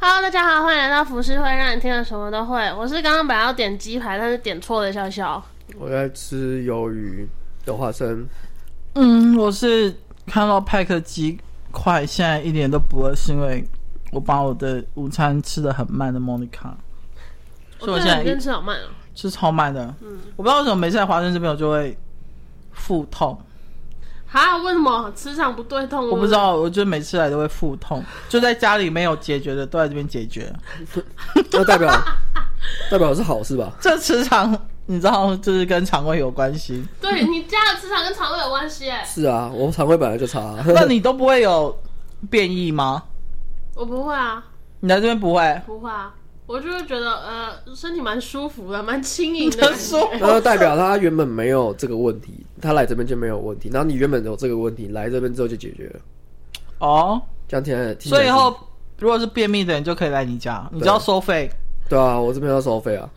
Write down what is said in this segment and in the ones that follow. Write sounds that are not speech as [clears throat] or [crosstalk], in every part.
Hello，大家好，欢迎来到服饰会，让你听了什么都会。我是刚刚本来要点鸡排，但是点错的笑笑。我在吃鱿鱼的花生，嗯，我是看到派克鸡块，现在一点都不饿，是因为我把我的午餐吃的很慢的莫妮卡，所以我觉现得在你今天吃好慢哦、吃超慢的。我不知道为什么每次来华盛这边我就会腹痛，哈，为什么磁场不对痛？我不知。道，我就每次来都会腹痛，就在家里没有解决的都在这边解决。那代 [laughs] 表代表是好事吧？这磁场你知道，就是跟肠胃有关系，对你家的磁场跟肠胃有关系哎、是啊，我肠胃本来就差、啊那你都不会有变异吗？我不会啊，你来这边不会？不会啊，我就是觉得呃身体蛮舒服的，蛮轻盈的你感 [laughs] 的觉。舒 [laughs] 服那代表他原本没有这个问题，他来这边就没有问题。然后你原本有这个问题，来这边之后就解决了。哦，这样听起来，听起来所以以是后如果是便秘的人就可以来你家，你只要收费。对啊，我这边要收费啊，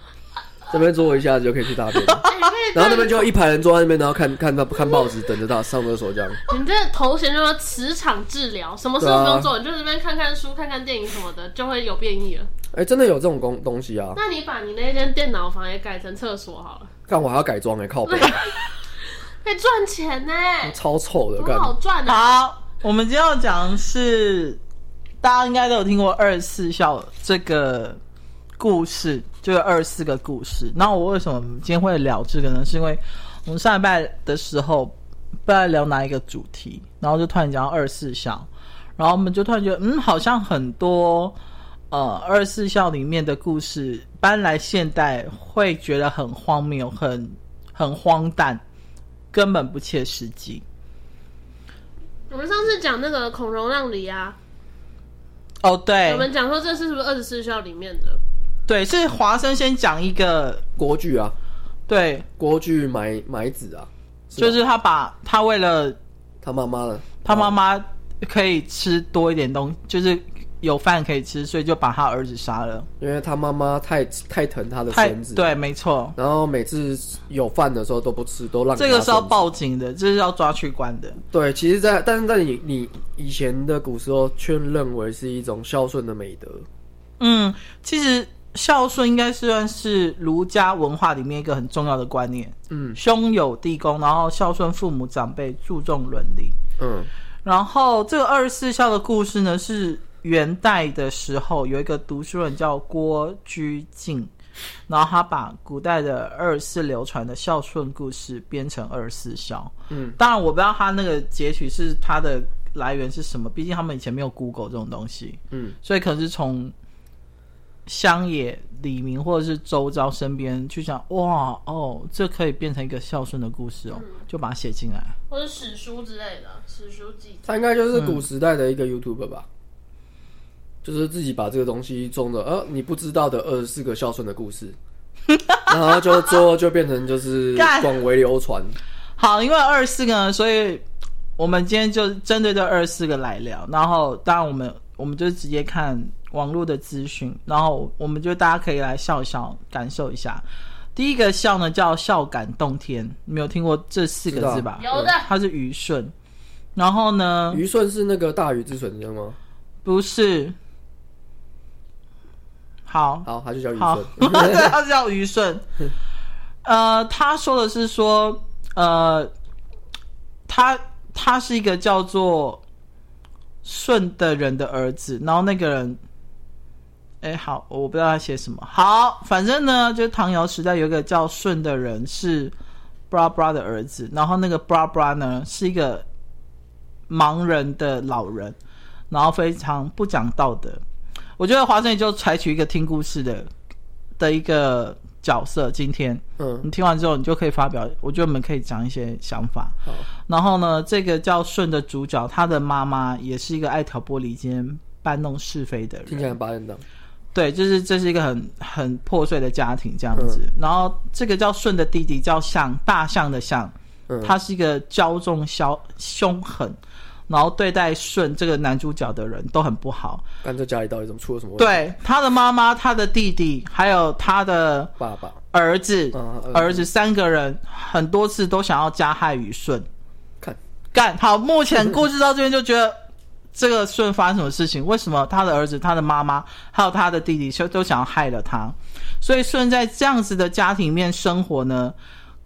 这边坐一下子就可以去大 [laughs] 便了，哎你可以然后那边就一排人坐在那边，然后看看到看报纸，等着他上厕所这样。你这头衔就叫磁场治疗，什么事都不用做，你就这边看看书、看看电影什么的，就会有变异了。哎、真的有这种东东西啊！那你把你那间电脑房也改成厕所好了，干我还要改装哎、靠背，可以赚钱呢、超臭的多干。好赚啊！好，我们今天要讲的是，大家应该都有听过二十四孝这个故事，就是二十四个故事。那我为什么今天会聊这个呢？是因为我们上礼拜的时候不知道聊哪一个主题，然后就突然讲到二十四孝，然后我们就突然觉得，嗯，好像很多。呃，二十四孝里面的故事呃搬来现代会觉得很荒谬、很很荒诞，根本不切实际。我们上次讲那个孔融让梨啊，哦，对，我们讲说这是不是二十四孝里面的？对，是华生先讲一个，锅具啊，对，锅具买买纸啊，吧就是他把他为了他妈啊妈的，他妈妈可以吃多一点东西，就是有饭可以吃，所以就把他儿子杀了。因为他妈妈太太疼他的太孙子，，对，没错，然后每次有饭的时候都不吃，都让这个他是要孙子报警的，这是要抓去关的。对，其实在，但是在你你以前的古时候，却认为是一种孝顺的美德。嗯，其实孝顺应该是算是儒家文化里面一个很重要的观念，嗯兄友弟恭，然后孝顺父母长辈，注重伦理。嗯，然后这个二十四孝的故事呢，是元代的时候有一个读书人叫郭居静，然后他把古代的二十四流传的孝顺故事编成二十四孝。嗯，当然我不知道他那个截取是他的来源是什么，毕竟他们以前没有 Google 这种东西。嗯，所以可能是从乡野李明或者是周遭身边去想，哇哦，这可以变成一个孝顺的故事哦，就把它写进来。或者史书之类的，史书记载。他应该就是古时代的一个 YouTuber 吧，就是自己把这个东西中的呃你不知道的二十四个孝顺的故 [laughs] 事，然后就最后就变成就是干广为流传。好，因为二十四个呢，所以我们今天就针对这二十四个来聊。然后，当然我们我们就直接看网络的资讯，然后我们就大家可以来笑一笑，感受一下。第一个笑呢叫孝感动天，你没有听过这四个字吧知？有的，它是虞舜，然后呢虞舜是那个大禹治水，你知道吗？不是，好，好，他就叫虞好舜。， [laughs] [laughs] 对，他叫虞舜。呃，他说的是说，呃，他他是一个叫做舜的人的儿子，然后那个人，哎，好，我不知道他写什么。好，反正呢，就是唐尧时代有一个叫舜的人是 bra bra 的儿子，然后那个 bra bra 呢是一个盲人的老人，然后非常不讲道德。我觉得华生也就采取一个听故事的的一个角色。今天嗯，你听完之后，你就可以发表，我觉得我们可以讲一些想法。好，然后呢，这个叫舜的主角，他的妈妈也是一个爱挑拨离间、搬弄是非的听人。起来很八点档。对，就是这是一个很很破碎的家庭这样子。嗯然后这个叫舜的弟弟叫象，大象的象，嗯，他是一个骄纵、枭凶狠，然后对待舜这个男主角的人都很不好。干这家里到底怎么出了什么问题？对，他的妈妈、他的弟弟，还有他的爸爸，儿子，嗯，嗯儿子三个人很多次都想要加害虞舜。看干好，目前故事到这边就觉得这个舜发生什么事情？为什么他的儿子、他的妈妈还有他的弟弟就都想要害了他？所以舜在这样子的家庭里面生活呢，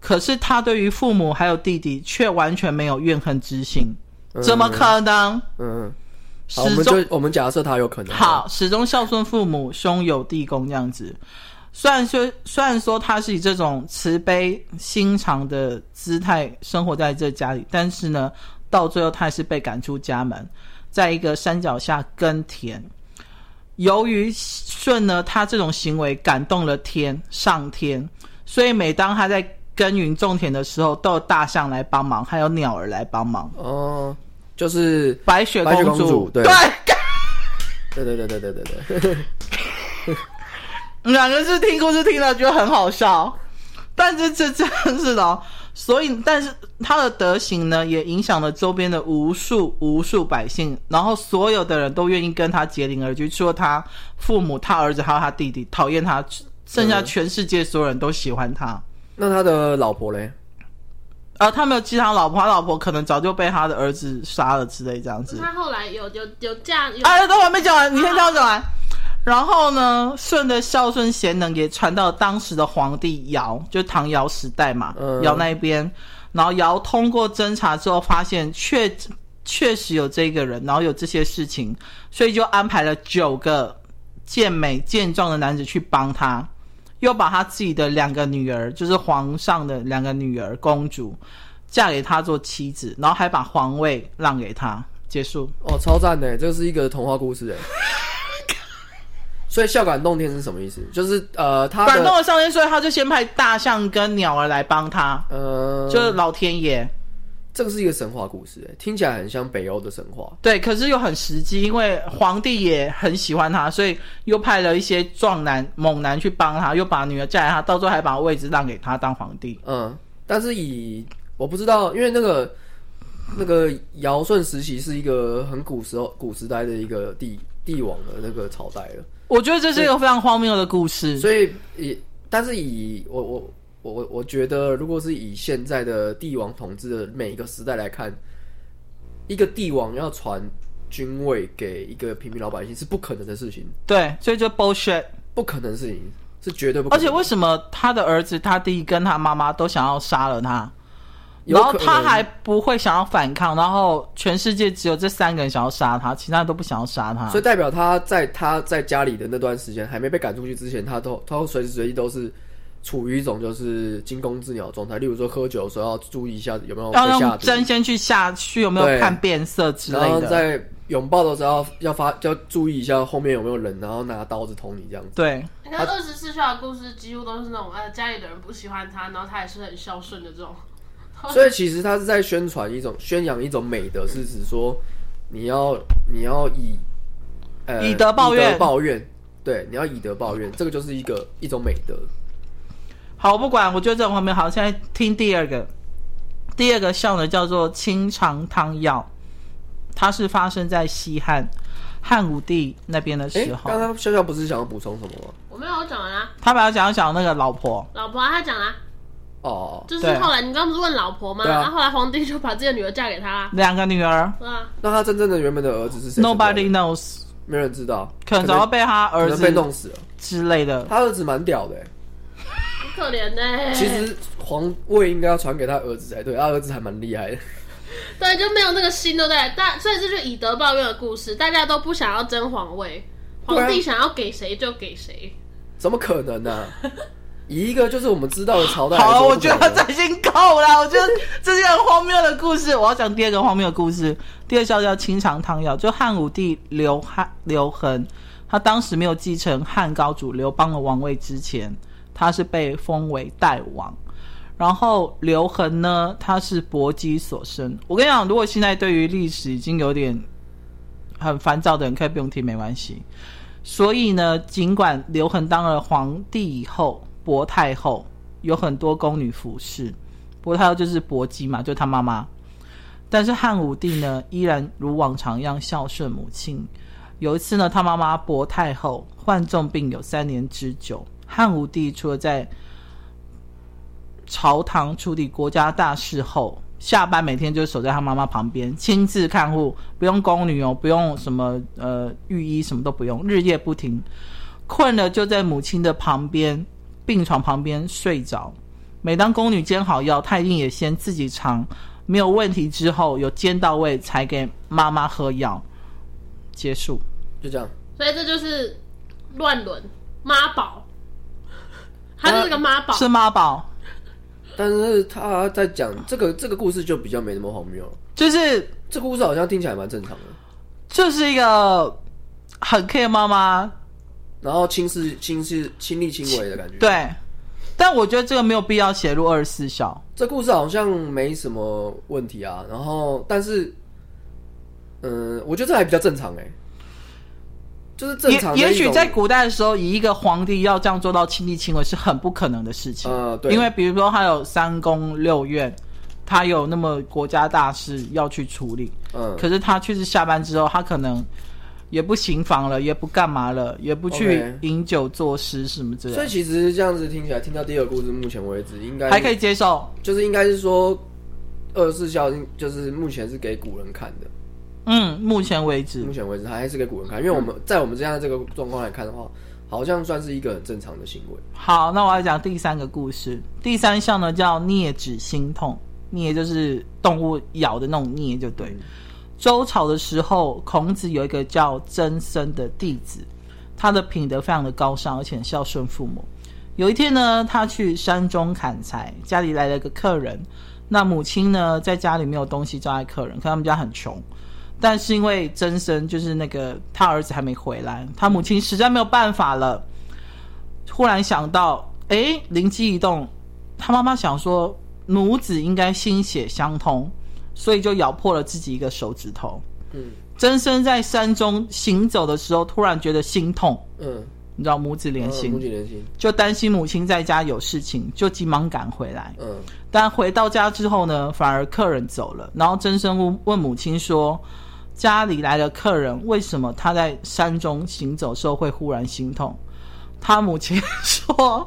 可是他对于父母还有弟弟却完全没有怨恨之心，嗯怎么？可能？嗯，好，我始们终就我们假设他有可能。好，，始终孝顺父母，兄友弟恭这样子。虽然说，虽然说他是以这种慈悲心肠的姿态生活在这家里，但是呢，到最后他还是被赶出家门，在一个山脚下耕田。由于舜呢，他这种行为感动了天上天，所以每当他在耕耘种田的时候，都有大象来帮忙，还有鸟儿来帮忙。哦，就是，白雪白雪公公主主对对对对对对对对对，我们两个是听故事听了觉得很好笑，但是这这真是的哦、所以但是他的德行呢，也影响了周边的无数无数百姓，然后所有的人都愿意跟他结邻而居，除了他父母、他儿子还有他弟弟讨厌他，剩下全世界所有人都喜欢他。那他的老婆嘞？呃，他没有其他老婆，他老婆可能早就被他的儿子杀了之类这样嗯子。他后来有有有嫁有啊哎，等我还没讲完，你先听我讲完。然后呢，舜的孝顺贤能也传到当时的皇帝尧，就唐尧时代嘛，嗯尧、那一边。然后尧通过侦查之后，发现确确实有这个人，然后有这些事情，所以就安排了九个健美健壮的男子去帮他，又把他自己的两个女儿，就是皇上的两个女儿公主，嫁给他做妻子，然后还把皇位让给他。结束。哦，超赞的，这是一个童话故 [laughs] 事哎。所以孝感动天是什么意思？就是呃，他感动的了上天，所以他就先派大象跟鸟儿来帮他，呃，就是老天爷。这个是一个神话故事哎，听起来很像北欧的神话。对，可是又很实际，因为皇帝也很喜欢他，所以又派了一些壮男、猛男去帮他，又把女儿嫁给他，到最后还把位置让给他当皇帝。嗯，但是以我不知道，因为那个那个尧舜时期是一个很古时候古时代的一个帝帝王的那个朝代了，我觉得这是一个非常荒谬的故事。所以以但是以我我我我我觉得，如果是以现在的帝王统治的每一个时代来看，一个帝王要传军位给一个平民老百姓是不可能的事情，对，所以就 bullshit。不可能的事情是绝对不可而能且的。为什么他的儿子、他弟跟他妈妈都想要杀了他，有然后可他能还不会想要反抗，然后全世界只有这三个人想要杀他，其他人都不想要杀他。所以代表他在他在家里的那段时间还没被赶出去之前，他都他随时随地都是处于一种就是惊弓之鸟的状态。例如说喝酒的时候要注意一下有没有哦被要下哦用毒针，先去下去有没有对看变色之类然后的。在拥抱的时候要要发要注意一下后面有没有人，然后拿刀子捅你这样子。对，你看二十四孝的故事几乎都是那种呃家里的人不喜欢他，然后他也是很孝顺的这种。哦所以其实他是在宣传一种宣扬一种美德，是指说你要你要以呃以德报怨以德报怨，对，你要以德报怨，这个就是一个一种美德。好，我不管，我觉得这种方面好。现在听第二个，第二个笑呢叫做清肠汤药，它是发生在西汉汉武帝那边的哎时，候。刚刚笑笑不是想要补充什么吗？ [laughs] 我没有我讲完啦，他本来想要讲那个老婆，老婆啊他讲啦，哦，就是对后来你刚刚不是问老婆吗？对啊然后后来皇帝就把自己的女儿嫁给他啊啦。两个女儿对啊，那他真正的原本的儿子是谁，Nobody knows，没人知道，可能早就被他可儿能被子弄死了。之类的。他儿子蛮屌的欸、很可怜呢、其实皇位应该要传给他儿子才对，他儿子还蛮厉害的。 [laughs] 对，就没有那个心，对不对？大，所以这就是以德报怨的故事，大家都不想要争皇位，对啊皇帝想要给谁就给谁。怎么可能呢、啊以一个就是我们知道的朝代来好了，说，我不觉可能得这已经够了。 [laughs] 我觉得这是一个很荒谬的故事。我要讲第二个荒谬的故事。第二笑叫清肠汤药，就汉武帝刘汉刘恒，他当时没有继承汉高祖刘邦的王位之前，他是被封为代王。然后刘恒呢，他是搏击所生。我跟你讲，如果现在对于历史已经有点很烦躁的人，可以不用听，没关系。所以呢，尽管刘恒当了皇帝以后，薄太后有很多宫女服侍，薄太后就是薄姬嘛，就她妈妈。但是汉武帝呢，依然如往常一样孝顺母亲。有一次呢，他妈妈薄太后患重病有三年之久，汉武帝除了在朝堂处理国家大事后，下班每天就守在他妈妈旁边，亲自看护，不用宫女哦，不用什么呃御医，什么都不用，日夜不停。困了就在母亲的旁边，病床旁边睡着。每当宫女煎好药，太硬也先自己尝，没有问题之后有煎到位才给妈妈喝药。结束。就这样。所以这就是乱伦妈宝，他就是个妈宝，呃是妈宝，但是他在讲这个这个故事就比较没那么荒谬了。就是这个故事好像听起来蛮正常的，就是一个很 care 妈妈，然后亲是亲是亲力亲为的感觉。，对。但我觉得这个没有必要写入二十四孝，这故事好像没什么问题啊。然后，但是，嗯、我觉得这还比较正常哎、就是正也常的一种。也许在古代的时候，以一个皇帝要这样做到亲力亲为是很不可能的事情。呃，对，因为比如说他有三宫六院，他有那么国家大事要去处理，嗯，可是他确实下班之后，他可能也不行房了，也不干嘛了，也不去 OK 饮酒作诗什么之类所以的，其实这样子听起来，听到第二个故事，目前为止应该还可以接受。就是应该是说二十四孝就是目前是给古人看的。嗯，目前为止目，前为止还是给古人看，因为我们嗯在我们这样的这个状况来看的话，好像算是一个很正常的行为。好，那我要讲第三个故事。第三项呢叫啮指心痛，啮就是动物咬的那种啮，就对。周朝的时候，孔子有一个叫曾参的弟子，他的品德非常的高尚，而且很孝顺父母。有一天呢，他去山中砍柴，家里来了个客人，那母亲呢在家里没有东西招待客人，可他们家很穷。但是因为曾参就是那个他儿子还没回来，他母亲实在没有办法了，忽然想到，诶，灵机一动，他妈妈想说母子应该心血相通，所以就咬破了自己一个手指头。嗯曾参在山中行走的时候，突然觉得心痛，嗯，你知道母子连心，母子连心，就担心母亲在家有事情，就急忙赶回来。嗯但回到家之后呢，反而客人走了，然后曾参问问母亲说：“家里来了客人，为什么他在山中行走时候会忽然心痛？”他母亲说：“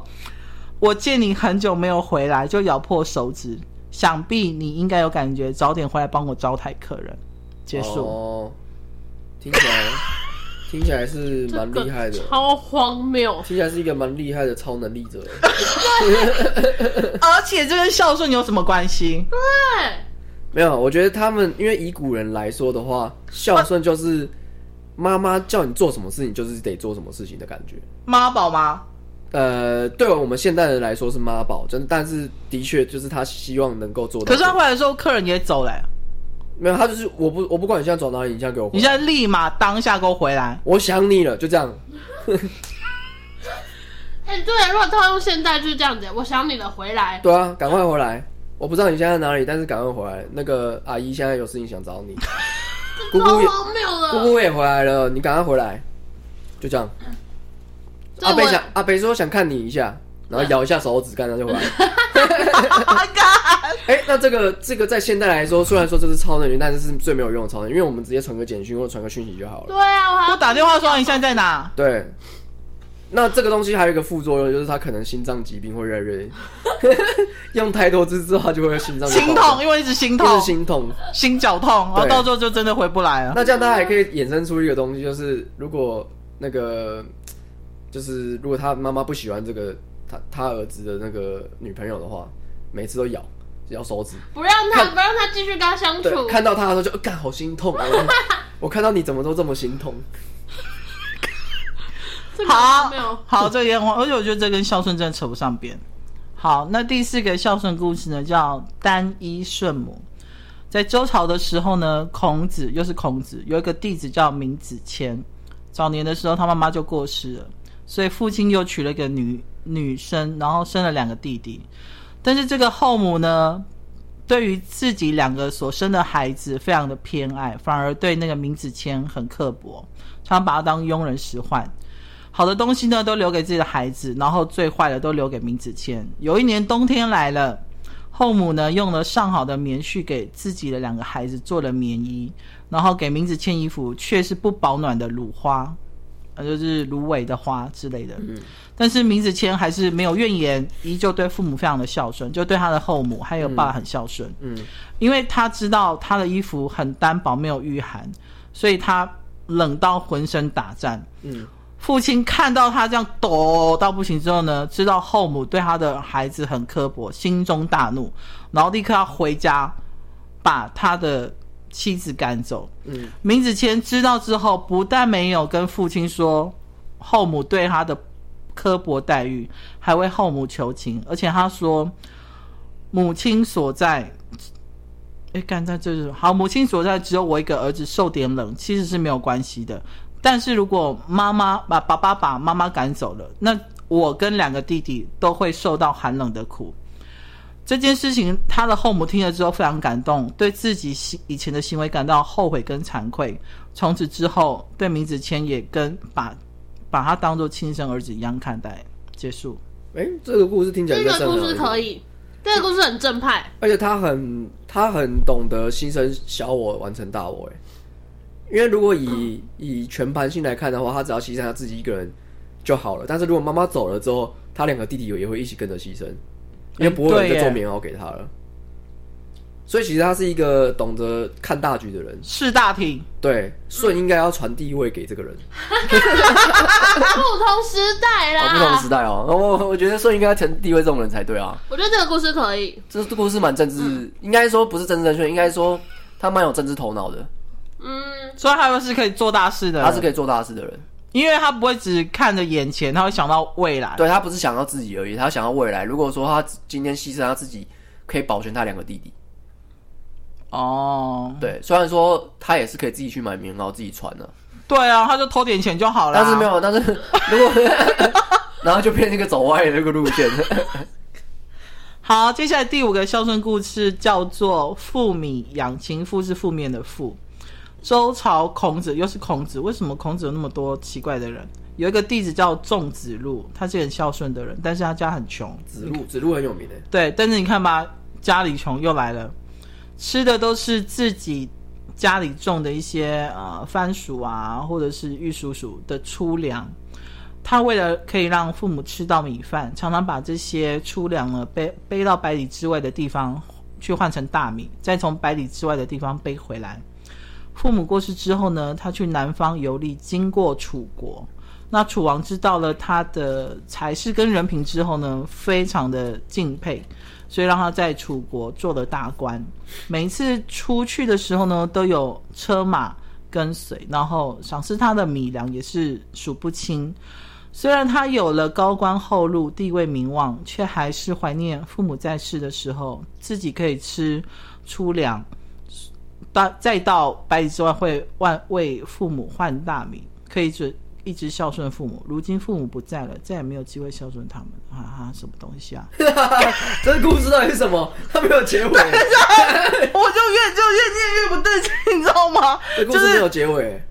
我见你很久没有回来，就咬破手指，想必你应该有感觉，早点回来帮我招待客人。”结束。哦，听起来听起来是这蛮个厉害的，超荒谬。听起来是一个蛮厉害的超能力者。而且这跟孝顺有什么关系？对，没有，啊我觉得他们因为以古人来说的话，孝顺就是妈妈叫你做什么事情，就是得做什么事情的感觉。妈宝吗？呃，对我们现代人来说是妈宝，真的，但是的确就是他希望能够做到这可个。是他回来的时候，客人也走了、没有，他就是我不我不管你现在走哪里，你现在给我回你来现在立马当下给我回来。 [laughs] 我想你了，就这样。哎、对，如果套用现代就是这样子，我想你了，回来。对啊，赶快回来！我不知道你现在在哪里，但是赶快回来。那个阿姨现在有事情想找 [laughs] 你，姑超姑也荒谬姑了。姑也回来了，你赶快回来。就这样，对阿北想我阿北说想看你一下，然后摇一下手指，干他就 [laughs] 回来。啊干哎、那这个这个在现代来说，虽然说这是超能力，但是是最没有用的超能力，因为我们直接传个简讯或者传个讯息就好了。对啊，我还我打电话说你现在在哪？对，那这个东西还有一个副作用，就是他可能心脏疾病会越来越， [laughs] 用太多次之后他就会有心脏心痛，因为一直心就是痛，心痛。心绞痛，然后对到时候就真的回不来了。那这样他还可以衍生出一个东西，就是如果那个就是如果他妈妈不喜欢这个他他儿子的那个女朋友的话，每次都咬咬手指，不让他看不让他继续跟他相对处，，看到他的时候就呃干、好心痛、啊。我看到你怎么都这么心痛，这个好荒谬。好，这个也很荒，而且我觉得这跟孝顺真的扯不上边。好，那第四个孝顺故事呢，叫单一顺母。在周朝的时候呢，孔子又是孔子，有一个弟子叫闵子骞。早年的时候，他妈妈就过世了，所以父亲又娶了一个女女生，然后生了两个弟弟。但是这个后母呢，对于自己两个所生的孩子非常的偏爱，反而对那个闵子骞很刻薄，常把他当佣人使唤。好的东西呢都留给自己的孩子，然后最坏的都留给闵子骞。有一年冬天来了，后母呢用了上好的棉絮给自己的两个孩子做了棉衣，然后给闵子骞一幅却是不保暖的鲁花，呃就是芦苇的花之类的。嗯但是明子谦还是没有怨言，依旧对父母非常的孝顺，就对他的后母还有爸爸很孝顺。嗯因为他知道他的衣服很单薄，没有御寒，所以他冷到浑身打颤。嗯，父亲看到他这样抖到不行之后呢，知道后母对他的孩子很刻薄，心中大怒，然后立刻要回家把他的妻子赶走。嗯，明子谦知道之后，不但没有跟父亲说后母对他的刻薄待遇，还为后母求情，而且他说母亲所在。哎，干在这是好，母亲所在只有我一个儿子受点冷，其实是没有关系的。但是如果妈妈把爸爸把妈妈赶走了，那我跟两个弟弟都会受到寒冷的苦。这件事情，他的后母听了之后非常感动，对自己行以前的行为感到后悔跟惭愧。从此之后，对明子谦也跟把把他当做亲生儿子一样看待。结束。哎、这个故事听起这来就个是很故好事听可以，这个故事很正派，而且他很他很懂得牺牲小我完成大我，哎，因为如果以以全盘性来看的话，他只要牺牲他自己一个人就好了。但是如果妈妈走了之后，他两个弟弟也会一起跟着牺牲，因为不会有人对耶再做棉袄给他了。所以其实他是一个懂得看大局的人，是大体，对舜应该要传地位给这个人。不同时代啊，不同时啦。代哦，我我觉得舜应该要传地位这种人才对啊。我觉得这个故事可以，这这故事蛮政治，应该说不是政治正确，应该说他蛮有政治头脑的。嗯，所以他又是可以做大事的人。他是可以做大事的人，因为他不会只看着眼前，他会想到未来。对他不是想要自己而已，他想要未来。如果说他今天牺牲他自己，可以保全他两个弟弟。哦，对，虽然说他也是可以自己去买棉袄自己穿的、对啊，他就偷点钱就好了。啊但是没，有，但是如果 [laughs] 然后就变成一个走歪的那个路线。好，接下来第五个孝顺故事叫做“父米养亲”，父是负面的父。周朝孔子又是孔子，为什么孔子有那么多奇怪的人？有一个弟子叫仲子路，他是很孝顺的人，但是他家很穷。子路，子路很有名欸的，对，但是你看吧，家里穷又来了，吃的都是自己家里种的一些呃番薯啊，或者是玉蜀黍的粗粮。他为了可以让父母吃到米饭，常常把这些粗粮呢背背到百里之外的地方去换成大米，再从百里之外的地方背回来。父母过世之后呢，他去南方游历，经过楚国。那楚王知道了他的才是跟人品之后呢，非常的敬佩，所以让他在楚国做了大官。每一次出去的时候呢，都有车马跟随，然后赏赐他的米粮也是数不清。虽然他有了高官厚禄、地位名望，却还是怀念父母在世的时候，自己可以吃粗粮，到再到百里之外会万为父母换大米，可以准一直孝顺父母。如今父母不在了，再也没有机会孝顺他们，哈、哈，什么东西啊？这个故事到底是什么？他没有结尾， [laughs] 我就越就越念越不对劲，你知道吗？这故就事没是有结尾。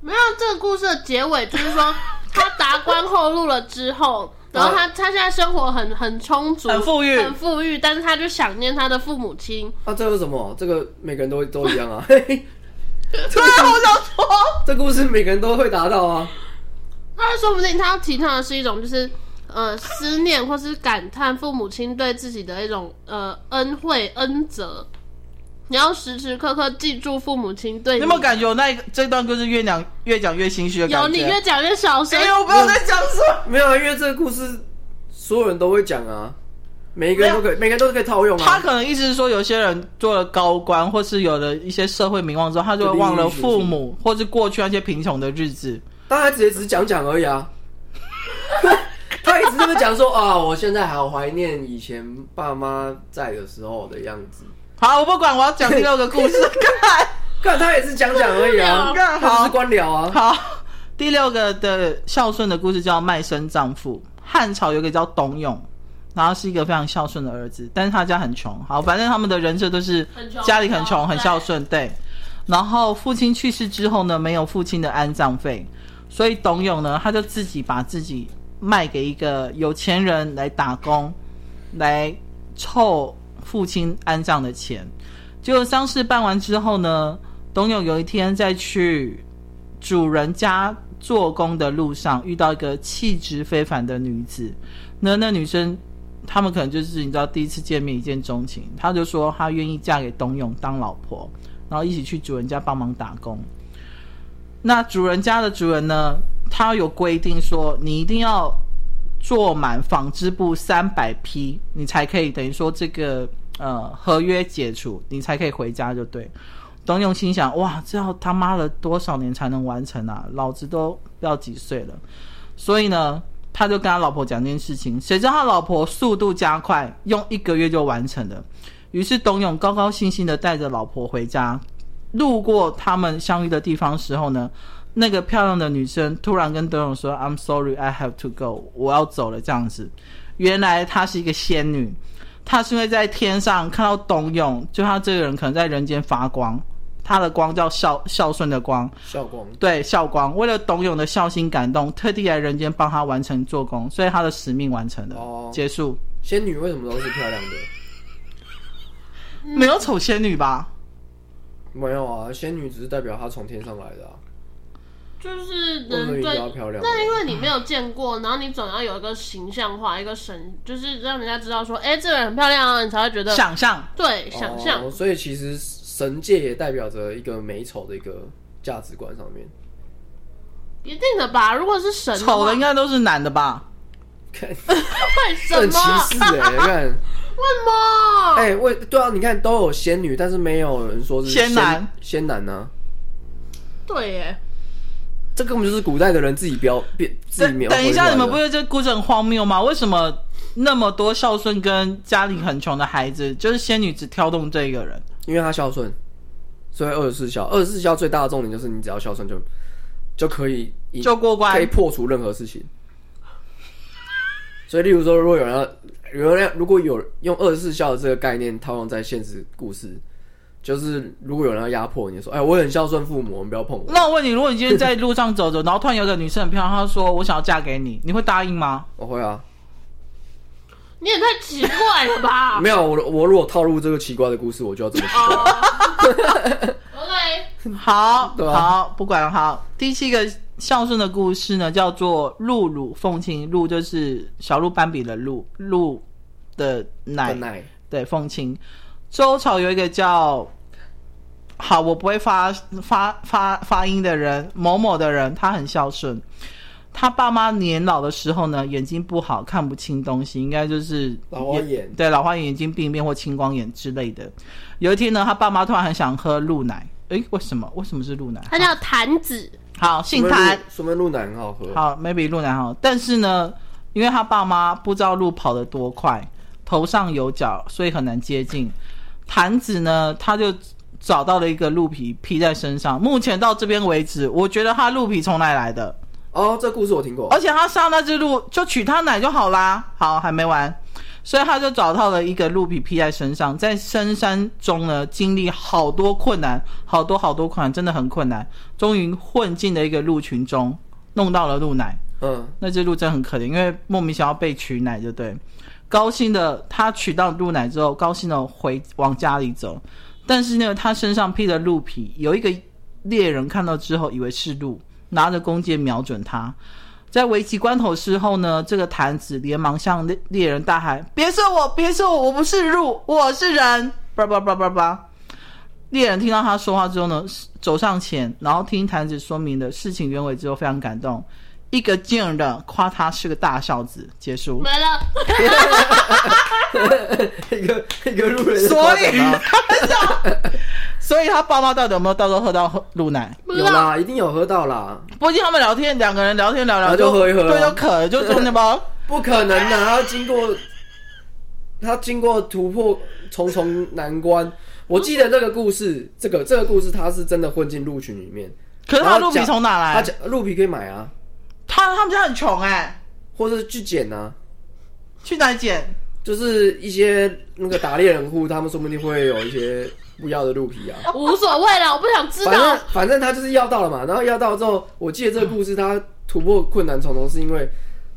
没有这个故事的结尾就是 [laughs] 说，他达官厚禄了之后，然后他他现在生活很很充足，嗯很富裕很富裕，但是他就想念他的父母亲，啊，这有什么？这个每个人都都一样啊。对啊，我想说， [laughs] 这故事每个人都会达到啊。那说不定他提倡的是一种就是呃思念或是感叹父母亲对自己的一种呃恩惠恩泽。你要时时刻刻记住父母亲对你有没有感觉我那一个这段故事越讲越讲越心虚的感觉？有你越讲越小声哎，呦，我不知道在讲什么。没有啊，因为这个故事所有人都会讲啊，每一个人都可以，每个人都可以套用他啊。可能意思是说，有些人做了高官，或是有了一些社会名望之后，他就会忘了父母，或是过去那些贫穷的日子。当然，直接只是讲讲而已啊。 [laughs] 他一直这么讲说啊，我现在好怀念以前爸妈在的时候的样子。好，我不管，我要讲第六个故事。 [laughs] 看他也是讲讲而已啊，他干只好是官僚啊。好，第六个的孝顺的故事叫《卖身丈夫》。汉朝有一个叫董永，然后是一个非常孝顺的儿子，但是他家很穷。好，反正他们的人设都是很穷哦家里很穷，很很孝孝顺，对。然后父亲去世之后呢，没有父亲的安葬费，所以董永呢，他就自己把自己卖给一个有钱人来打工，来凑父亲安葬的钱。结果丧事办完之后呢，董永有一天再去主人家做工的路上遇到一个气质非凡的女子，那那女生他们可能就是你知道第一次见面一见钟情，她就说她愿意嫁给董永当老婆，然后一起去主人家帮忙打工。那主人家的主人呢，他有规定说你一定要做满纺织布三百批，你才可以等于说这个呃合约解除，你才可以回家就对。董永心想：哇，这要他妈了多少年才能完成啊？老子都不要几岁了。所以呢，他就跟他老婆讲这件事情，谁知道他老婆速度加快，用一个月就完成了。于是董永高高兴兴的带着老婆回家，路过他们相遇的地方时候呢，那个漂亮的女生突然跟董永说：“I'm sorry, I have to go，我要走了。”这样子，原来她是一个仙女，她是因为在天上看到董永，就她这个人可能在人间发光，她的光叫孝孝顺的光，效光对孝光，为了董永的孝心感动，特地来人间帮他完成做工，所以他的使命完成了，哦，结束。仙女为什么都是漂亮的？没有丑仙女吧？没有啊，仙女只是代表她从天上来的啊，就是为什么人一定对要漂亮的？那因为嗯你没有见过，然后你总要有一个形象化，一个神，就是让人家知道说，哎、这个人很漂亮啊，你才会觉得想象对想象。哦，所以其实神界也代表着一个美丑的一个价值观上面。一定的吧？如果是神的丑话的应该都是男的吧？看，为什很歧么？视哎、看，为什哦么？哎、为对啊，你看都有仙女，但是没有人说是仙男仙男呢、啊。对耶，这根本就是古代的人自己标变自己等描绘出来的。等一下，你们不是这故事很荒谬吗？为什么那么多孝顺跟家里很穷的孩子，就是仙女只挑动这一个人？因为他孝顺，所以二十四孝。二十四孝最大的重点就是你只要孝顺就就可以以就过可以关，破除任何事情。所以，例如说，如果有人要有人要如果有用二十四孝的这个概念套用在现实故事，就是如果有人要压迫你，说：“哎，我很孝顺父母，我们不要碰我。那我问你，如果你今天在路上走走，然后突然有个女生很漂亮，她说我想要嫁给你，你会答应吗？”我会啊，你也太奇怪了吧 [laughs] 没有我我如果套入这个奇怪的故事，我就要这么奇怪。哦 [laughs] [laughs] ？OK，好，对吧好，不管了好。第七个孝顺的故事呢，叫做露乳凤亲，露就是小鹿斑比的鹿，鹿的奶，很奶对，凤亲。周朝有一个叫，好，我不会发发发发音的人，某某的人，他很孝顺。他爸妈年老的时候呢，眼睛不好，看不清东西，应该就是老花眼对，老花眼、眼睛病变或青光眼之类的。有一天呢，他爸妈突然很想喝鹿奶，诶，为什么？为什么是鹿奶？他叫坛子，好，顺姓便谭鹿，，顺便鹿奶很好喝。好，maybe 鹿奶好，但是呢，因为他爸妈不知道鹿跑得多快，头上有角，所以很难接近。坛子呢，他就找到了一个鹿皮披在身上。目前到这边为止，我觉得他鹿皮从哪里来的？哦，这故事我听过。而且他杀那只鹿，就取他奶就好啦。好，还没完，所以他就找到了一个鹿皮披在身上，在深山中呢，经历好多困难，好多好多困难，真的很困难。终于混进了一个鹿群中，弄到了鹿奶。嗯， [laughs] 那只鹿真很可怜，因为莫名其妙被取奶，就对。高兴的他取到鹿奶之后，高兴呃的回往家里走，但是呢，呃他身上披着鹿皮，有一个猎人看到之后以为是鹿，拿着弓箭瞄准他。在危急关头之后呢，这个坛子连忙向猎猎人大喊：“别射我，别射我，我不是鹿，我是人！”叭叭叭叭叭。猎人听到他说话之后呢，走上前，然后听坛子说明了事情原委之后，非常感动，一个劲儿的夸他是个大孝子。结束。没了。一个一个路人在夸 [laughs] 所奖以他， [laughs] 所以他爸妈到底有没有到时候喝到鹿奶？不知有道，啦，一定有喝到啦，不仅他们聊天，两个人聊天聊然聊后就喝一喝对，啊就渴了，就真 [laughs] 的吗？不可能的、他经过他经过突破重重难关。我记得这个故事，这个这个故事他是真的混进鹿群里面，可是然他后鹿皮讲从哪他来？讲鹿皮可以买啊，他他们家很穷哎、或者去捡啊，去哪里捡？就是一些那个打猎人户，他们说不定会有一些不要的鹿皮啊。无所谓了，我不想知反正道。反正他就是要到了嘛，然后要到之后，我记得这个故事他突破困难重重是因为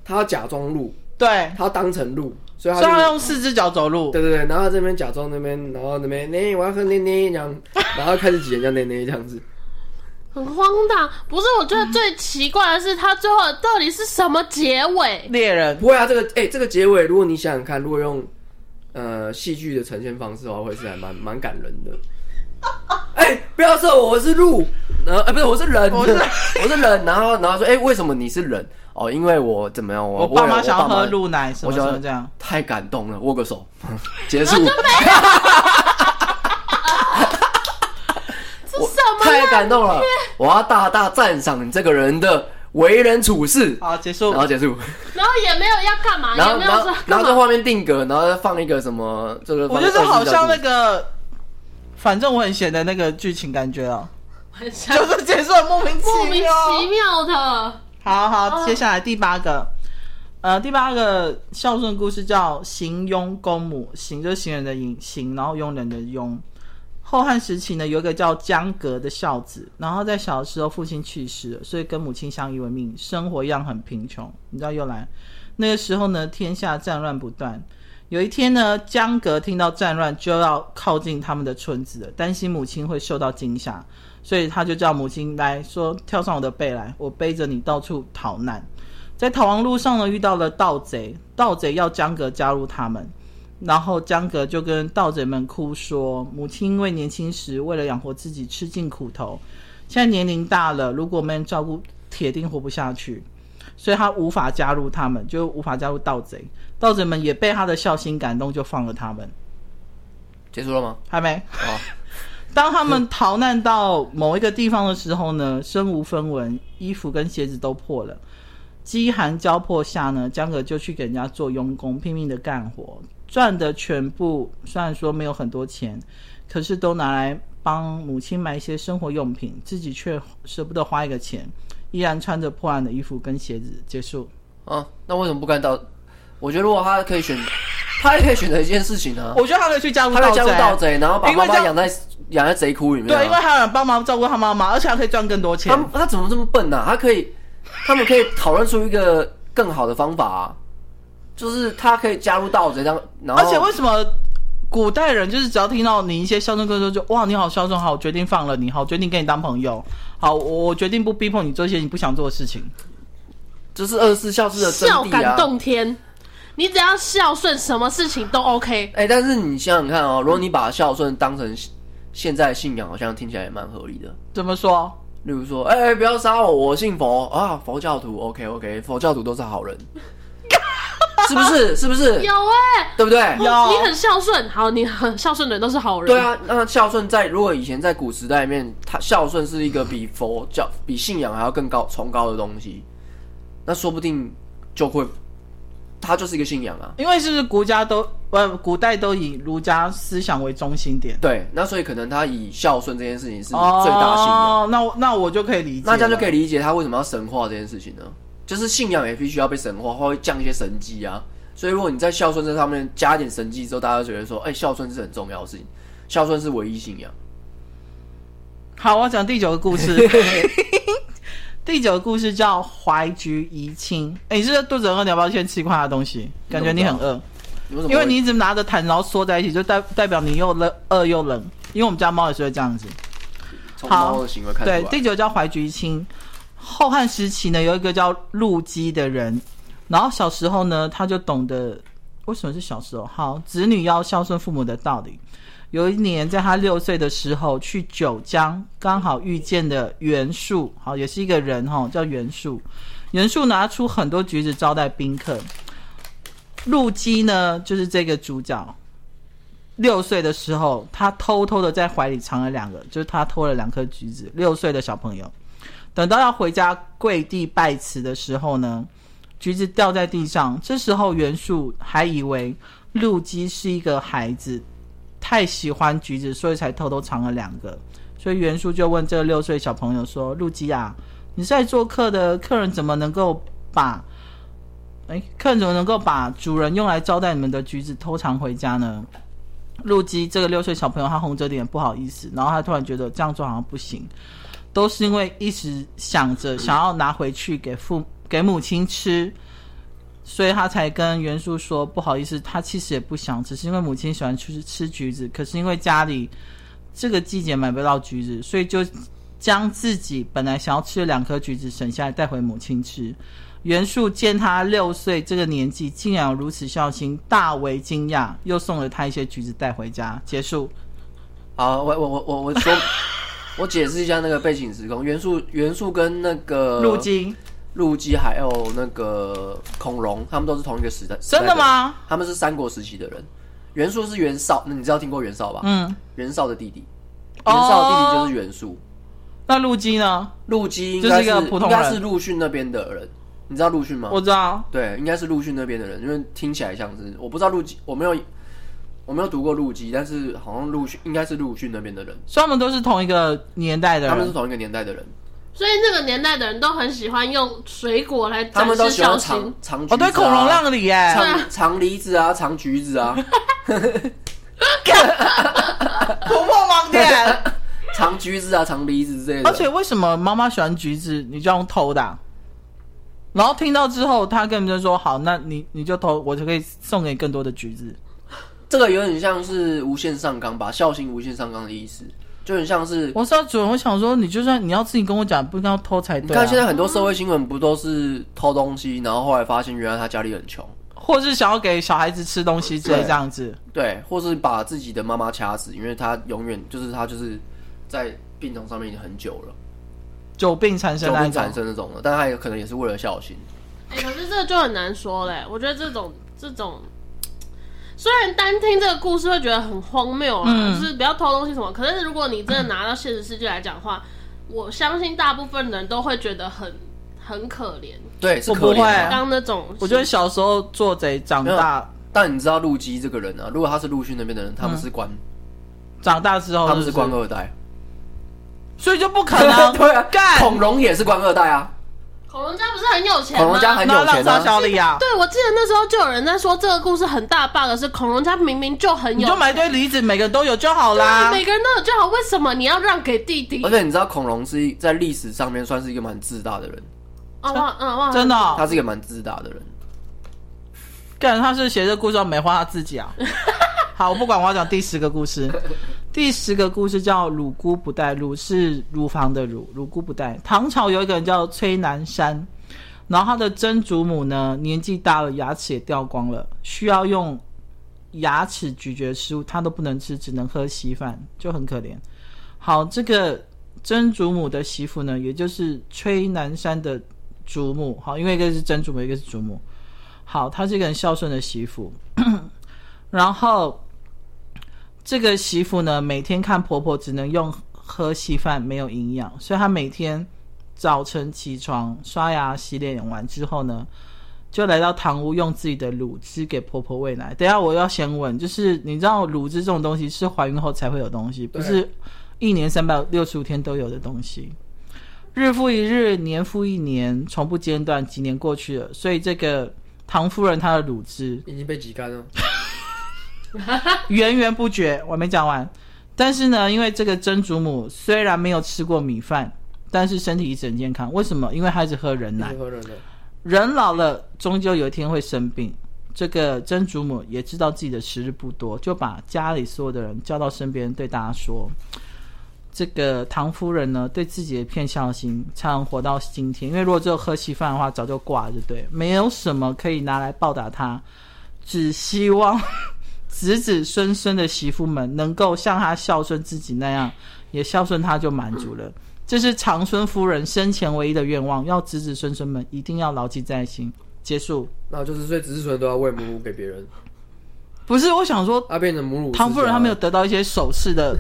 他要假装鹿，对，他要当成鹿，所以所他以就他用四只脚走路。对对对，然后这边假装那边，然后那边呢、我要喝奶奶这样，然后开始挤人家奶奶这样子，很荒唐。不是，我觉得最奇怪的是，他最后到底是什么结尾？猎人不会啊，这个哎、这个结尾，如果你想想看，如果用呃戏剧的呈现方式的话，会是还蛮蛮感人的。哎、不要射我，我是鹿，呃，哎不是，我是人，我是我是人。然后，然后说，哎、为什么你是人？哦，因为我怎么样？我我爸为妈了想要我爸妈喝鹿奶什我么什觉么得这样，太感动了，握个手， [laughs] 结束。是我什么太啦？感动了，我要大大赞赏你这个人的为人处事。好结束然。后结束，然后也没有要干嘛，然也后啊没然有说 [laughs] 后干然后在嘛。画面定格，然后再放一个什么这个我放觉一得个二这十好秒像故那事个，反正我很闲的那个剧情感觉哦，很像就是结束的莫名莫其名妙。其妙的，好好，啊接下来第八个，呃，第八个孝顺故事叫《行佣公母》，行就是行人的行，行然后佣人的佣。后汉时期呢，有一个叫江革的孝子，然后在小的时候父亲去世了，所以跟母亲相依为命，生活一样很贫穷。你知道又来，那个时候呢，天下战乱不断。有一天呢，江革听到战乱就要靠近他们的村子了，担心母亲会受到惊吓，所以他就叫母亲来说：“跳上我的背来，我背着你到处逃难。”在逃亡路上呢，遇到了盗贼，盗贼要江格加入他们，然后江格就跟盗贼们哭说：“母亲因为年轻时为了养活自己吃尽苦头，现在年龄大了，如果没人照顾，铁定活不下去。”所以他无法加入他们，就无法加入盗贼。盗贼们也被他的孝心感动，就放了他们。结束了吗？还没，哦，当他们逃难到某一个地方的时候呢，身无分文，衣服跟鞋子都破了。饥寒交迫下呢，江格就去给人家做佣工，拼命的干活，赚的全部虽然说没有很多钱，可是都拿来帮母亲买一些生活用品，自己却舍不得花一个钱，依然穿着破烂的衣服跟鞋子。结束。啊，那为什么不干盗？我觉得如果他可以选，他也可以选择一件事情啊，我觉得他可以去加入他盗会加入贼，盗贼，然后把因为妈这妈样养在养在贼窟里面、啊。对，因为还有人帮忙照顾他妈妈，而且还可以赚更多钱他。他怎么这么笨呢、啊？他可以，他们可以讨论出一个更好的方法、啊，就是他可以加入盗贼，然后然后而且为什么古代人就是只要听到你一些孝顺歌之后就哇你好孝顺，好我决定放了你，好我决定跟你当朋友，好我我决定不逼迫你做一些你不想做的事情。这是二十四孝式的真孝谛感啊！动天。你只要孝顺，什么事情都 OK。哎、但是你想想看哦，如果你把孝顺当成现在的信仰，好像听起来也蛮合理的。怎么说？例如说，哎、哎不要杀我，我信佛啊，佛教徒，OK OK，佛教徒都是好人，是不是？是不是？有哎、对不对？有你很孝顺，好，你很孝顺的人都是好人。对，啊，那孝顺在如果以前在古时代里面，他孝顺是一个比佛教、比信仰还要更高、崇高的东西，那说不定就会，它就是一个信仰啊。因为是不是国家都呃古代都以儒家思想为中心点，对，那所以可能他以孝顺这件事情是最哦，大信仰，那我那我就可以理解了，那这样就可以以理解他为什么要神化这件事情呢？就是信仰也必须要被神化，会降一些神迹啊。所以如果你在孝顺这上面加一点神迹之后，大家就觉得说，哎、孝顺是很重要的事情，孝顺是唯一信仰。好，我讲第九个故事。 [laughs] 第九个故事叫怀菊怡亲。哎、你是不是肚子很饿，你要不要先吃一块它的东西？感觉你很饿。你为什么会？因为你一直拿着痰，然后缩在一起，就代代表你又冷饿又冷。因为我们家猫也是会这样子。从猫的行为看出对来，。第九个叫怀菊清。后汉时期呢，有一个叫陆机的人，然后小时候呢，他就懂得为什么是小时候，好，子女要孝顺父母的道理。有一年，在他六岁的时候，去九江，刚好遇见了袁术，好，也是一个人哈、叫袁术。袁术拿出很多橘子招待宾客。陆机呢，就是这个主角，六岁的时候，他偷偷的在怀里藏了两个，就是他偷了两颗橘子。六岁的小朋友，等到要回家跪地拜辞的时候呢，橘子掉在地上。这时候袁术还以为陆机是一个孩子，太喜欢橘子，所以才偷偷藏了两个。所以袁术就问这个六岁小朋友说：“陆机啊，你是来做客的，客人怎么能够把？”哎，客人怎么能够把主人用来招待你们的橘子偷藏回家呢？陆基这个六岁小朋友，他红着脸不好意思，然后他突然觉得这样做好像不行，都是因为一时想着想要拿回去给父给母亲吃，所以他才跟袁叔说不好意思，他其实也不想，只是因为母亲喜欢吃吃橘子，可是因为家里这个季节买不到橘子，所以就将自己本来想要吃的两颗橘子省下来带回母亲吃。袁术见他六岁这个年纪竟然有如此孝心，大为惊讶，又送了他一些橘子带回家。结束。好，我我我我我 [laughs] 说，我解释一下那个背景时空，元素元素跟那个入京、陆基还有那个孔融，他们都是同一个时代，真的吗？他们是三国时期的人。袁术是袁绍，那你知道听过袁绍吧？嗯，袁绍的弟弟，哦袁绍的弟弟就是袁术。那陆基呢？陆基应该哦就是一个普应通人该是陆逊那边的人，你知道陆逊吗？我知道，对，应该是陆逊那边的人，因为听起来像是我不知道陆基，我没有我没有读过陆基，但是好像陆逊应该是陆逊那边的人，所以他们都是同一个年代的他们是人。同一个年代的人，所以那个年代的人都很喜欢用水果来他展们都示喜欢孝长心。长哦，对，橘子啊孔融让梨耶，长长梨子啊，长橘子 [laughs] 啊，突破 [laughs] 盲点。长橘子啊，长梨子之类的。而且为什么妈妈喜欢橘子，你就要用偷的啊、然后听到之后，他跟人家说：“好，那你你就偷，我就可以送给你更多的橘子。这个有点像是无限上纲吧，孝心无限上纲的意思，就很像是”我说：“主人，我想说，你就算你要自己跟我讲，不应该要偷才你对、啊。看现在很多社会新闻不都是偷东西，然后后来发现原来他家里很穷，或是想要给小孩子吃东西之类这样子。对，或是把自己的妈妈掐死，因为他永远就是他就是在病床上面已经很久了，久病缠身久那一病种缠，身那种的，但他也可能也是为了孝心，哎、可是这个就很难说嘞。我觉得这种这种，虽然单听这个故事会觉得很荒谬啦，嗯就是不要偷东西什么。可是如果你真的拿到现实世界来讲的话，我相信大部分人都会觉得很很可怜。对，是我不可怜、会啊。刚那种，我觉得小时候做贼，长大但你知道陆基这个人啊，如果他是陆逊那边的人，嗯他们是官，长大之后他们是哦是不是官二代，所以就不可 [laughs] 能。对啊，干孔融也是官二代啊，恐龙家不是很有钱吗？孔融家很那有让钱杀啊，小李啊，对，我记得那时候就有人在说这个故事很大 bug，是恐龙家明明就很你有就买一堆梨子，每个人都有就好对，啦。每个人都有就好，为什么你要让给弟弟而？且你知道孔融是一在历史上面算是一个蛮自大的人，啊，忘嗯忘了真的哦、他是一个蛮自大的人，干他是写这故事要美化他自己啊。好，我不管，我要讲第十个故事。第十个故事叫“乳姑不带乳”，是乳房的乳，乳姑不带。唐朝有一个人叫崔南山，然后他的曾祖母呢年纪大了，牙齿也掉光了，需要用牙齿咀嚼食物，他都不能吃，只能喝稀饭，就很可怜。好，这个曾祖母的媳妇呢，也就是崔南山的祖母，好，因为一个是曾祖母，一个是祖母。好，她是一个很孝顺的媳妇。然后这个媳妇呢，每天看婆婆只能用喝稀饭，没有营养，所以她每天早晨起床刷牙洗脸完之后呢，就来到堂屋用自己的乳汁给婆婆喂奶。等一下我要先问，就是你知道乳汁这种东西是怀孕后才会有东西，不是一年三百六十五天都有的东西。日复一日，年复一年，从不间断。几年过去了，所以这个唐夫人她的乳汁已经被挤干了。源源不绝。我还没讲完，但是呢，因为这个曾祖母虽然没有吃过米饭，但是身体一直很健康。为什么？因为她一直喝人奶是。喝人的，人老了，终究有一天会生病。这个曾祖母也知道自己的时日不多，就把家里所有的人叫到身边，对大家说：“这个唐夫人呢，对自己的骗孝心，才能活到今天。因为如果只有喝稀饭的话，早就挂了，就对了，没有什么可以拿来报答她，只希望 [laughs] 子子孙孙的媳妇们能够像她孝顺自己那样，也孝顺她就满足了。”这是长孙夫人生前唯一的愿望，要子子孙孙们一定要牢记在心。结束，那就是所以子孙都要喂母乳给别人，不是我想说，他变成母乳。唐夫人她没有得到一些首饰的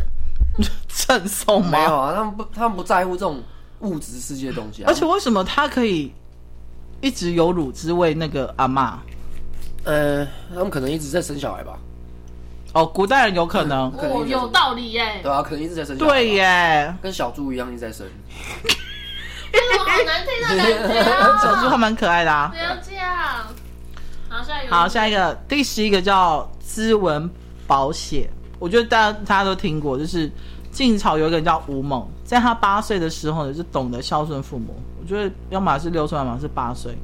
[laughs] 赠送没有吗？啊，他们不他们不在乎这种物质世界的东西啊。而且为什么她可以一直有乳汁喂那个阿嬷？呃，他们可能一直在生小孩吧，哦，古代人有可能，可能哦，就是有道理耶、嗯 [laughs] 对啊，可能一直在生小孩。对，耶，跟小猪一样一直在生。这种好难听的感觉啊！ [laughs] 小猪还蛮可爱的啊不。要这样。好，下一个。好，下一个第十一个叫资文保险，我觉得大家大家都听过，就是晋朝有一个人叫吴猛，在他八岁的时候呢，就懂得孝顺父母。我觉得要么是六岁，要么是八岁，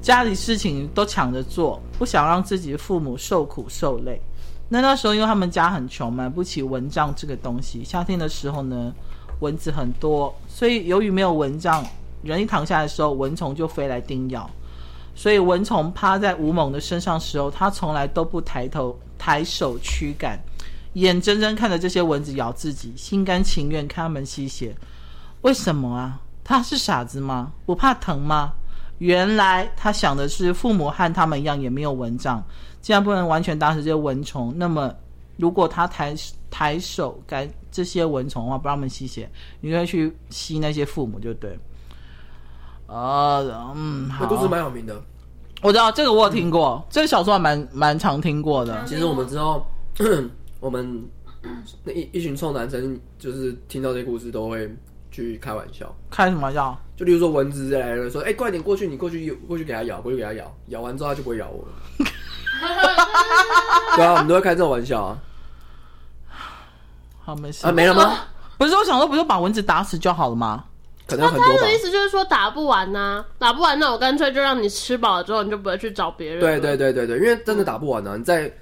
家里事情都抢着做，不想让自己的父母受苦受累。那那时候因为他们家很穷，买不起蚊帐这个东西，夏天的时候呢，蚊子很多，所以由于没有蚊帐，人一躺下来的时候，蚊虫就飞来叮咬。所以蚊虫趴在吴猛的身上时候，他从来都不抬头抬手驱赶，眼睁睁看着这些蚊子咬自己，心甘情愿看它们吸血。为什么啊？他是傻子吗？不怕疼吗？原来他想的是父母和他们一样也没有蚊帐，既然不能完全打死这些蚊虫，那么如果他抬抬手赶这些蚊虫的话，不让他们吸血，你就会去吸那些父母，就对。啊、嗯，好那。故事蛮有名的。我知道这个我有听过，这个小说还蛮蛮常听过的。其实我们知道， [clears throat] 我们那一一群臭男生，就是听到这故事都会去开玩笑。开什么玩笑？就例如说蚊子来了，说：“哎、快点过去，你过去，过去给它咬，过去给它咬，咬完之后它就不会咬我了。” [laughs] 对啊，我们都会开这种玩笑啊。好，没事。啊，没了吗？不是我想说，不就把蚊子打死就好了吗？可能那有很多他吧的。意思就是说打不完呐、打不完那我干脆就让你吃饱了之后，你就不会去找别人。对，对对对对，因为真的打不完啊！你在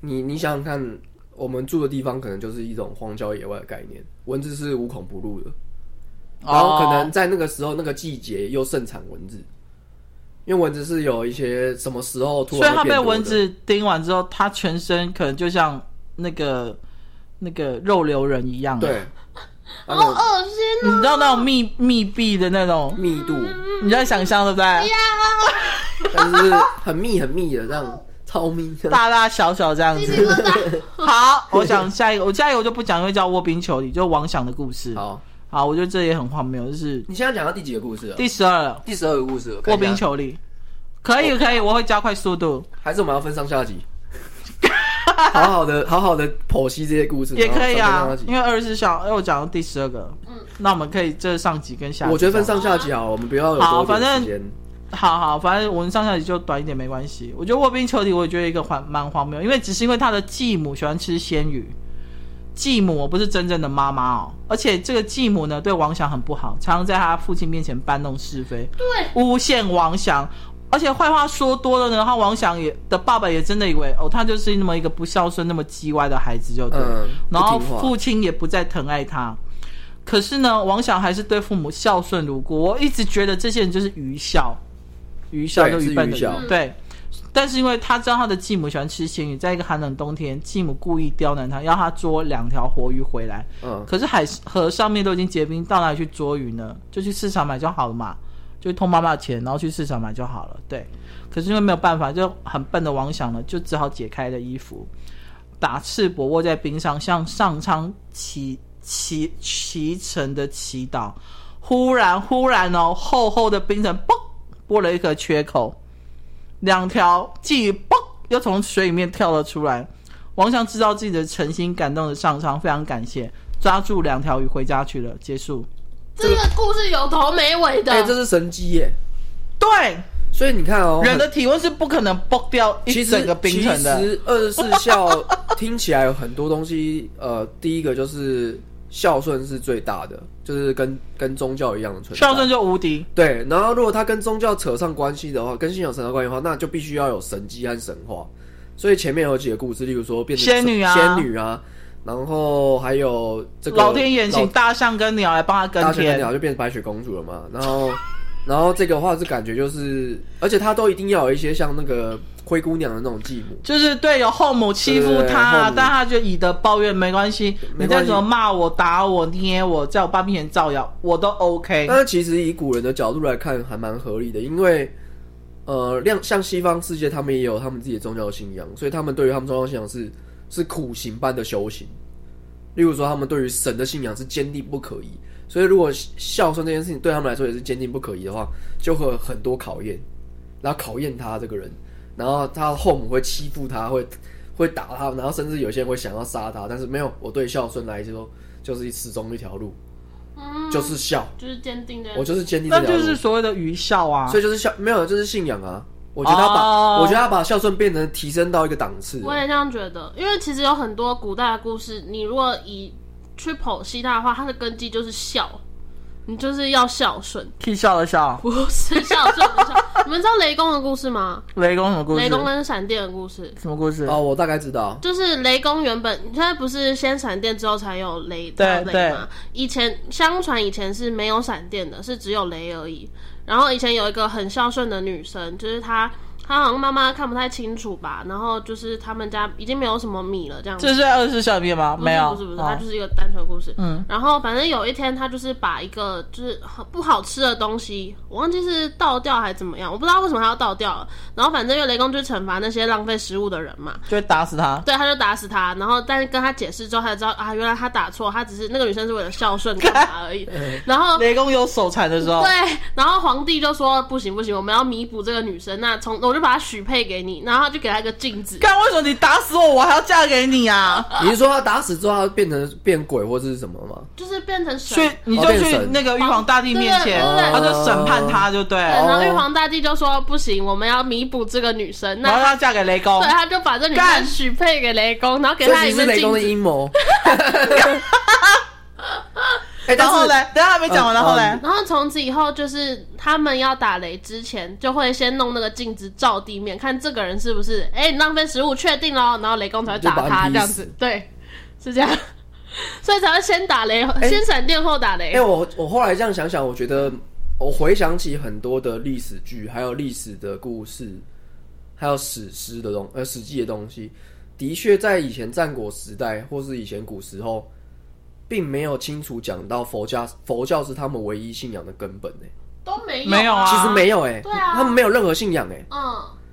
你你想想看，我们住的地方可能就是一种荒郊野外的概念，蚊子是无孔不入的。然后可能哦在那个时候、那个季节又盛产蚊子，因为蚊子是有一些什么时候突所以然他会变被多的蚊子叮完之后，他全身可能就像那个那个肉瘤人一样。欸对，，那好个哦恶心你知道那种密密闭的那种，密度，你在想象对不对？但是很密很密的，这样超密的。大大小小这样鸡皮子。 [laughs] 疙瘩。好，我想下一个，我下一个我就不讲，因为叫卧冰求鲤，就王想的故事。好，好，我觉得这也很荒谬，就是你现在讲到第几个故事了？第十二了。第十二个故事了，卧冰看一下，求鲤，可哦以可以，我会加快速度，还是我们要分上下集？好好的，好好的剖析这些故事也可以然后分啊上下，集因为二十四小时，哎，我讲到第十二个，那我们可以这上集跟下集，嗯我觉得分，上下集好了，我们不要有好多点反正时间。好好，反正我们上下集就短一点没关系。我觉得卧冰求鲤，我也觉得一个荒蛮荒谬，因为只是因为他的继母喜欢吃鲜鱼。继母不是真正的妈妈哦，而且这个继母呢对王翔很不好，常常在他父亲面前搬弄是非，对，诬陷王翔，而且坏话说多了呢，他王翔也的爸爸也真的以为哦，他就是那么一个不孝顺、那么叽歪的孩子就对了。嗯，然后不听话父亲也不再疼爱他。可是呢，王翔还是对父母孝顺如故。我一直觉得这些人就是愚孝，愚孝对就是愚笨的愚孝人。对，但是因为他知道他的继母喜欢吃咸鱼，在一个寒冷冬天，继母故意刁难他，要他捉两条活鱼回来。嗯，可是海河上面都已经结冰，到哪里去捉鱼呢？就去市场买就好了嘛，就偷妈妈的钱，然后去市场买就好了。对，可是因为没有办法，就很笨的王想呢，就只好解开了衣服，打赤膊卧在冰上，向上苍祈祈祈诚的祈祷。忽然，忽然哦，厚厚的冰层嘣拨了一个缺口，两条鲫鱼嘣又从水里面跳了出来。王翔知道自己的诚心感动的上苍，非常感谢，抓住两条鱼回家去了。结束。这个故事有头没尾的。哎，这是神机耶！对，所以你看哦，人的体温是不可能崩掉其一实整个冰层其的。实二十四孝听起来有很多东西，呃，第一个就是孝顺是最大的，就是跟跟宗教一样的存在。孝顺就无敌，对，然后如果它跟宗教扯上关系的话，跟信仰扯上关系的话，那就必须要有神迹和神话。所以前面有几个故事，例如说变成仙女啊仙女啊，然后还有这个老天爷请老大象跟鸟来帮他大耕雪跟田。鸟就变成白雪公主了嘛。然后， [laughs] 然后这个话是感觉就是，而且他都一定要有一些像那个灰姑娘的那种继母。就是对，有后母欺负对后他母，但他就以德报怨，没关系。没关系你再怎么骂我、打我、捏我，在我爸面前造谣，我都 OK。但是其实以古人的角度来看，还蛮合理的，因为呃，像像西方世界，他们也有他们自己的宗教信仰，所以他们对于他们宗教信仰是是苦行般的修行。例如说，他们对于神的信仰是坚定不可移，所以如果孝顺这件事情对他们来说也是坚定不可移的话，就会有很多考验，然后考验他这个人，然后他的后母会欺负他，会会打他，然后甚至有些人会想要杀他，但是没有，我对孝顺来说就是始终一条路，嗯，就是孝。就是坚定的。我就是坚定这那条路，就是所谓的愚孝啊所。以就是孝，没有就是信仰啊。我觉得他把，哦我觉得他把孝顺变成提升到一个档次。我也这样觉得，因为其实有很多古代的故事，你如果以去剖析它的话，它的根基就是孝，你就是要孝顺，替孝的孝， [laughs] 不是孝顺的孝，你们知道雷公的故事吗？雷公什么故事？雷公跟闪电的故事，什么故事？哦，我大概知道，就是雷公原本现在不是先闪电之后才有雷对到雷对吗？以前相传以前是没有闪电的，是只有雷而已。然后以前有一个很孝顺的女生，就是她，她好像妈妈看不太清楚吧，然后就是他们家已经没有什么米了，这样子。这是在二十四小片吗？不是没有，不是不是，哦它就是一个单纯的故事。嗯嗯，然后反正有一天，他就是把一个就是很不好吃的东西，我忘记是倒掉还是怎么样，我不知道为什么他要倒掉了。然后反正因为雷公就是惩罚那些浪费食物的人嘛，就会打死他。对，他就打死他。然后但是跟他解释之后，他才知道啊，原来他打错，他只是那个女生是为了孝顺干嘛 [laughs] 而已。然后雷公有手残的时候，对，然后皇帝就说不行不行，我们要弥补这个女生，那从我就把她许配给你，然后他就给她一个镜 [laughs] 子。干为什么你打死我，我还要嫁给你啊？你是说他打死之后他变成变鬼或者是什么吗？就是变成神去，你就哦变去神那个玉皇大帝面对前，嗯对对他就审判他，就对。对，然然后哦后玉皇大帝就说不行，我们要弥补这个女生。那他嫁给雷公对，，他就把这女生干许配给雷公，然后给所他以一你是面雷镜公的子。阴谋。 [laughs] 哎，然但后是嘞，等一下还没讲完，然后嘞嗯，然后从此以后，就是他们要打雷之前，就会先弄那个镜子照地面，看这个人是不是哎、你浪费食物，确定喽，然后雷公才会就打把他你劈这样死子。对，是这样， [laughs] 所以才会先打雷，先闪电后打雷。哎、我我后来这样想想，我觉得我回想起很多的历史剧，还有历史的故事，还有史诗的东呃史记的东西，的确在以前战国时代或是以前古时候，并没有清楚讲到佛家佛教是他们唯一信仰的根本呢、都没有、没有啊其实没有哎、对啊他们没有任何信仰哎、嗯，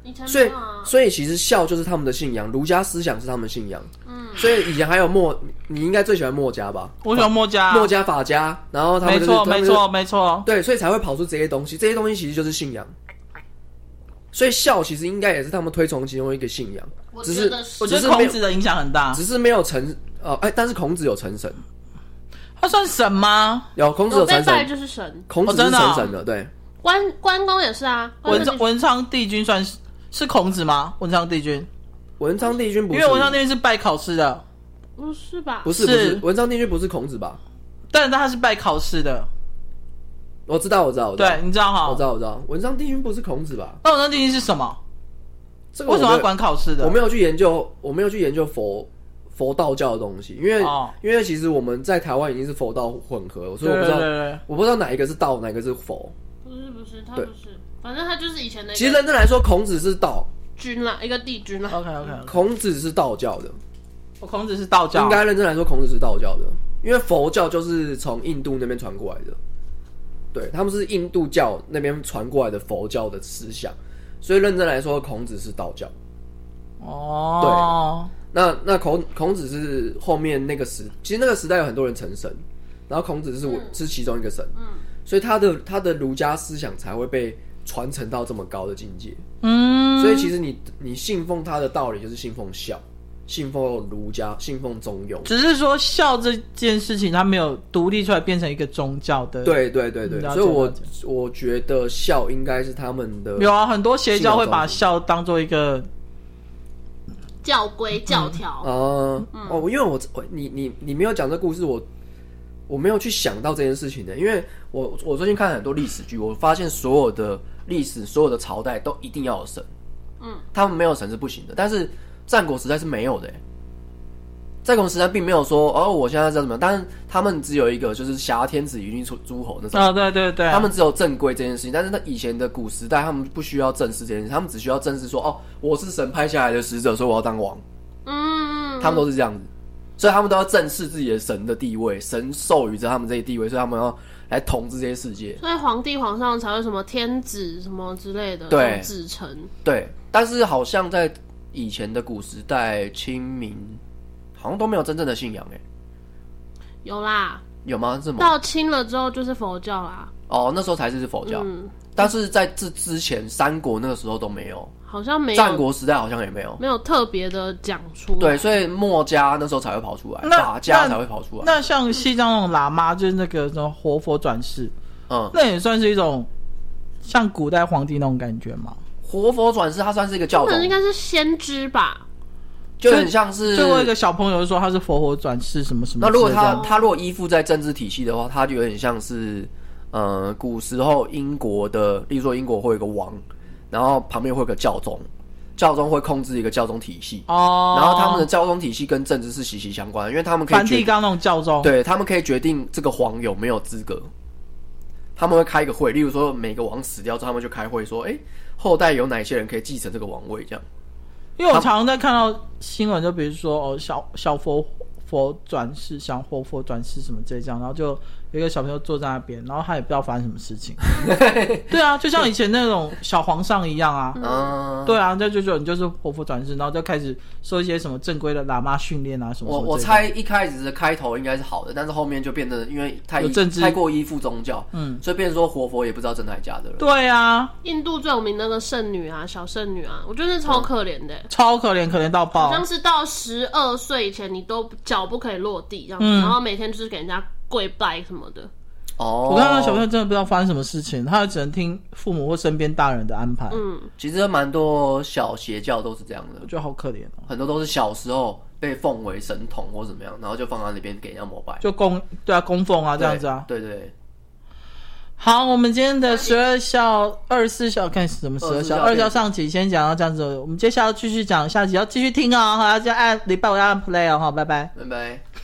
以前所没以有啊，所以其实孝就是他们的信仰，儒家思想是他们信仰。嗯，所以以前还有墨，你应该最喜欢墨家吧？我喜欢墨家，墨家、法家，然后他们没就是错他们没就是错没错，对，所以才会跑出这些东西。这些东西其实就是信仰，所以孝其实应该也是他们推崇其中一个信仰，我只觉得是是我觉只得是没孔有子的影响很大。只是没有成呃哎，但是孔子有成神，他算神吗？有孔子有有被成哦拜神，就是神，孔子哦是真的哦成神的，对，关关公也是啊，关文公昌文昌帝君算是是孔子吗？文昌帝君，文昌帝君不因是，为文昌帝君是拜考试的，不是吧？不是不是是文昌帝君不是孔子吧？但是他是拜考试的，我知道我知道我知道对，你知道哈？我知道我知道，文昌帝君不是孔子吧？那文昌帝君是什么？这个为什么我要就管考试的？我没有去研究，我没有去研究佛佛道教的东西，因为、哦因为其实我们在台湾已经是佛道混合，所以我不知道对对对对我不知道哪一个是道，哪一个是佛。不是不是，他对不是，反正他就是以前的一其实个认真来说，孔子是道，君啦，一个帝君哦啦。 OK OK，孔子是道教的，我孔嗯哦子是道教，应该认真来说，孔子是道教的，因为佛教就是从印度那边传过来的，对，他们是印度教那边传过来的佛教的思想，所以认真来说，孔子是道教。哦，那那孔孔子是后面那个时，其实那个时代有很多人成神，然后孔子是我、是其中一个神，嗯所以他的他的儒家思想才会被传承到这么高的境界。嗯，所以其实你你信奉他的道理，就是信奉孝，信奉儒家，信奉中庸。只是说孝这件事情，它没有独立出来变成一个宗教的。，对对对对，嗯了解所以我了解我觉得孝应该是他们的有啊，很多邪教会把孝当做一个，教规教条。啊、嗯哦，因为我我你你你没有讲这故事，我我没有去想到这件事情的，因为我我最近看很多历史剧，我发现所有的历史所有的朝代都一定要有神，嗯，他们没有神是不行的，但是战国时代是没有的欸。战国时代并没有说哦，我现在在怎么样，但是他们只有一个就是挟天子以令诸诸侯那种，啊，对对对，他们只有正规这件事情，但是那以前的古时代，他们不需要正视这件事，他们只需要正视说哦，我是神派下来的使者，所以我要当王。嗯，他们都是这样子，所以他们都要正视自己的神的地位，神授予着他们这些地位，所以他们要来统治这些世界。所以皇帝皇上才会什么天子什么之类的，对这种子臣。对，但是好像在以前的古时代，清明好像都没有真正的信仰、欸，有啦，有吗？是吗？到清了之后就是佛教啦。哦，那时候才是佛教，嗯，但是在这之前，三国那个时候都没有，好像没战有国时代好像也没有。嗯没有特别的讲出对，来。所以墨家那时候才会跑出来，那法家那才会跑出来。那像西藏那种喇嘛，就是那个什么活佛转世，嗯，那也算是一种像古代皇帝那种感觉嘛，活佛转世，它算是一个教可宗能应，该是先知吧。就很像是最后一个小朋友就说他是佛佛转世什么什么那之类的。如果他他如果依附在政治体系的话，他就有点像是，呃，古时候英国的，例如说英国会有一个王，然后旁边会有个教宗，教宗会控制一个教宗体系，哦，然后他们的教宗体系跟政治是息息相关的，因为他们可梵以决蒂定，冈那种教宗，，对他们可以决定这个皇有没有资格，他们会开一个会，例如说每个王死掉之后，他们就开会说，哎，后代有哪些人可以继承这个王位这样。因为我常常在看到新闻，就比如说哦，小小佛佛转世，小活佛转世什么这一讲，然后就有一个小朋友坐在那边，然后他也不知道发生什么 [laughs] 事情。对啊，就像以前那种小皇上一样啊。嗯，对啊，这就就你就是活佛转世，然后就开始受一些什么正规的喇嘛训练啊什么我什么我这一猜一开始的开头应该是好的，但是后面就变得因为太有政治太过依附宗教，嗯，所以变成说活佛也不知道真的还假的了。种对啊，印度最有名那个圣女啊，小圣女啊，我觉得那超可怜嗯的欸、超可怜，可怜到好爆。像是到十二岁以前，你都脚不可以落地这样子，嗯然后每天就是给人家跪拜什么的。哦，我看到小朋友真的不知道发生什么事情，他只能听父母或身边大人的安排，嗯，其实蛮多小邪教都是这样的我，觉得好可怜哦。很多都是小时候被奉为神童或怎么样，然后就放在那边给人家膜拜，就供对啊供奉啊对这样子啊。对对，好，我们今天的十二校二十四校看是什么十二24校校二十校上集先讲到这样子，啊我们接下来继续讲下集，要继续听哦，好，要再按礼拜五要按 play 哦，好，拜拜。拜拜。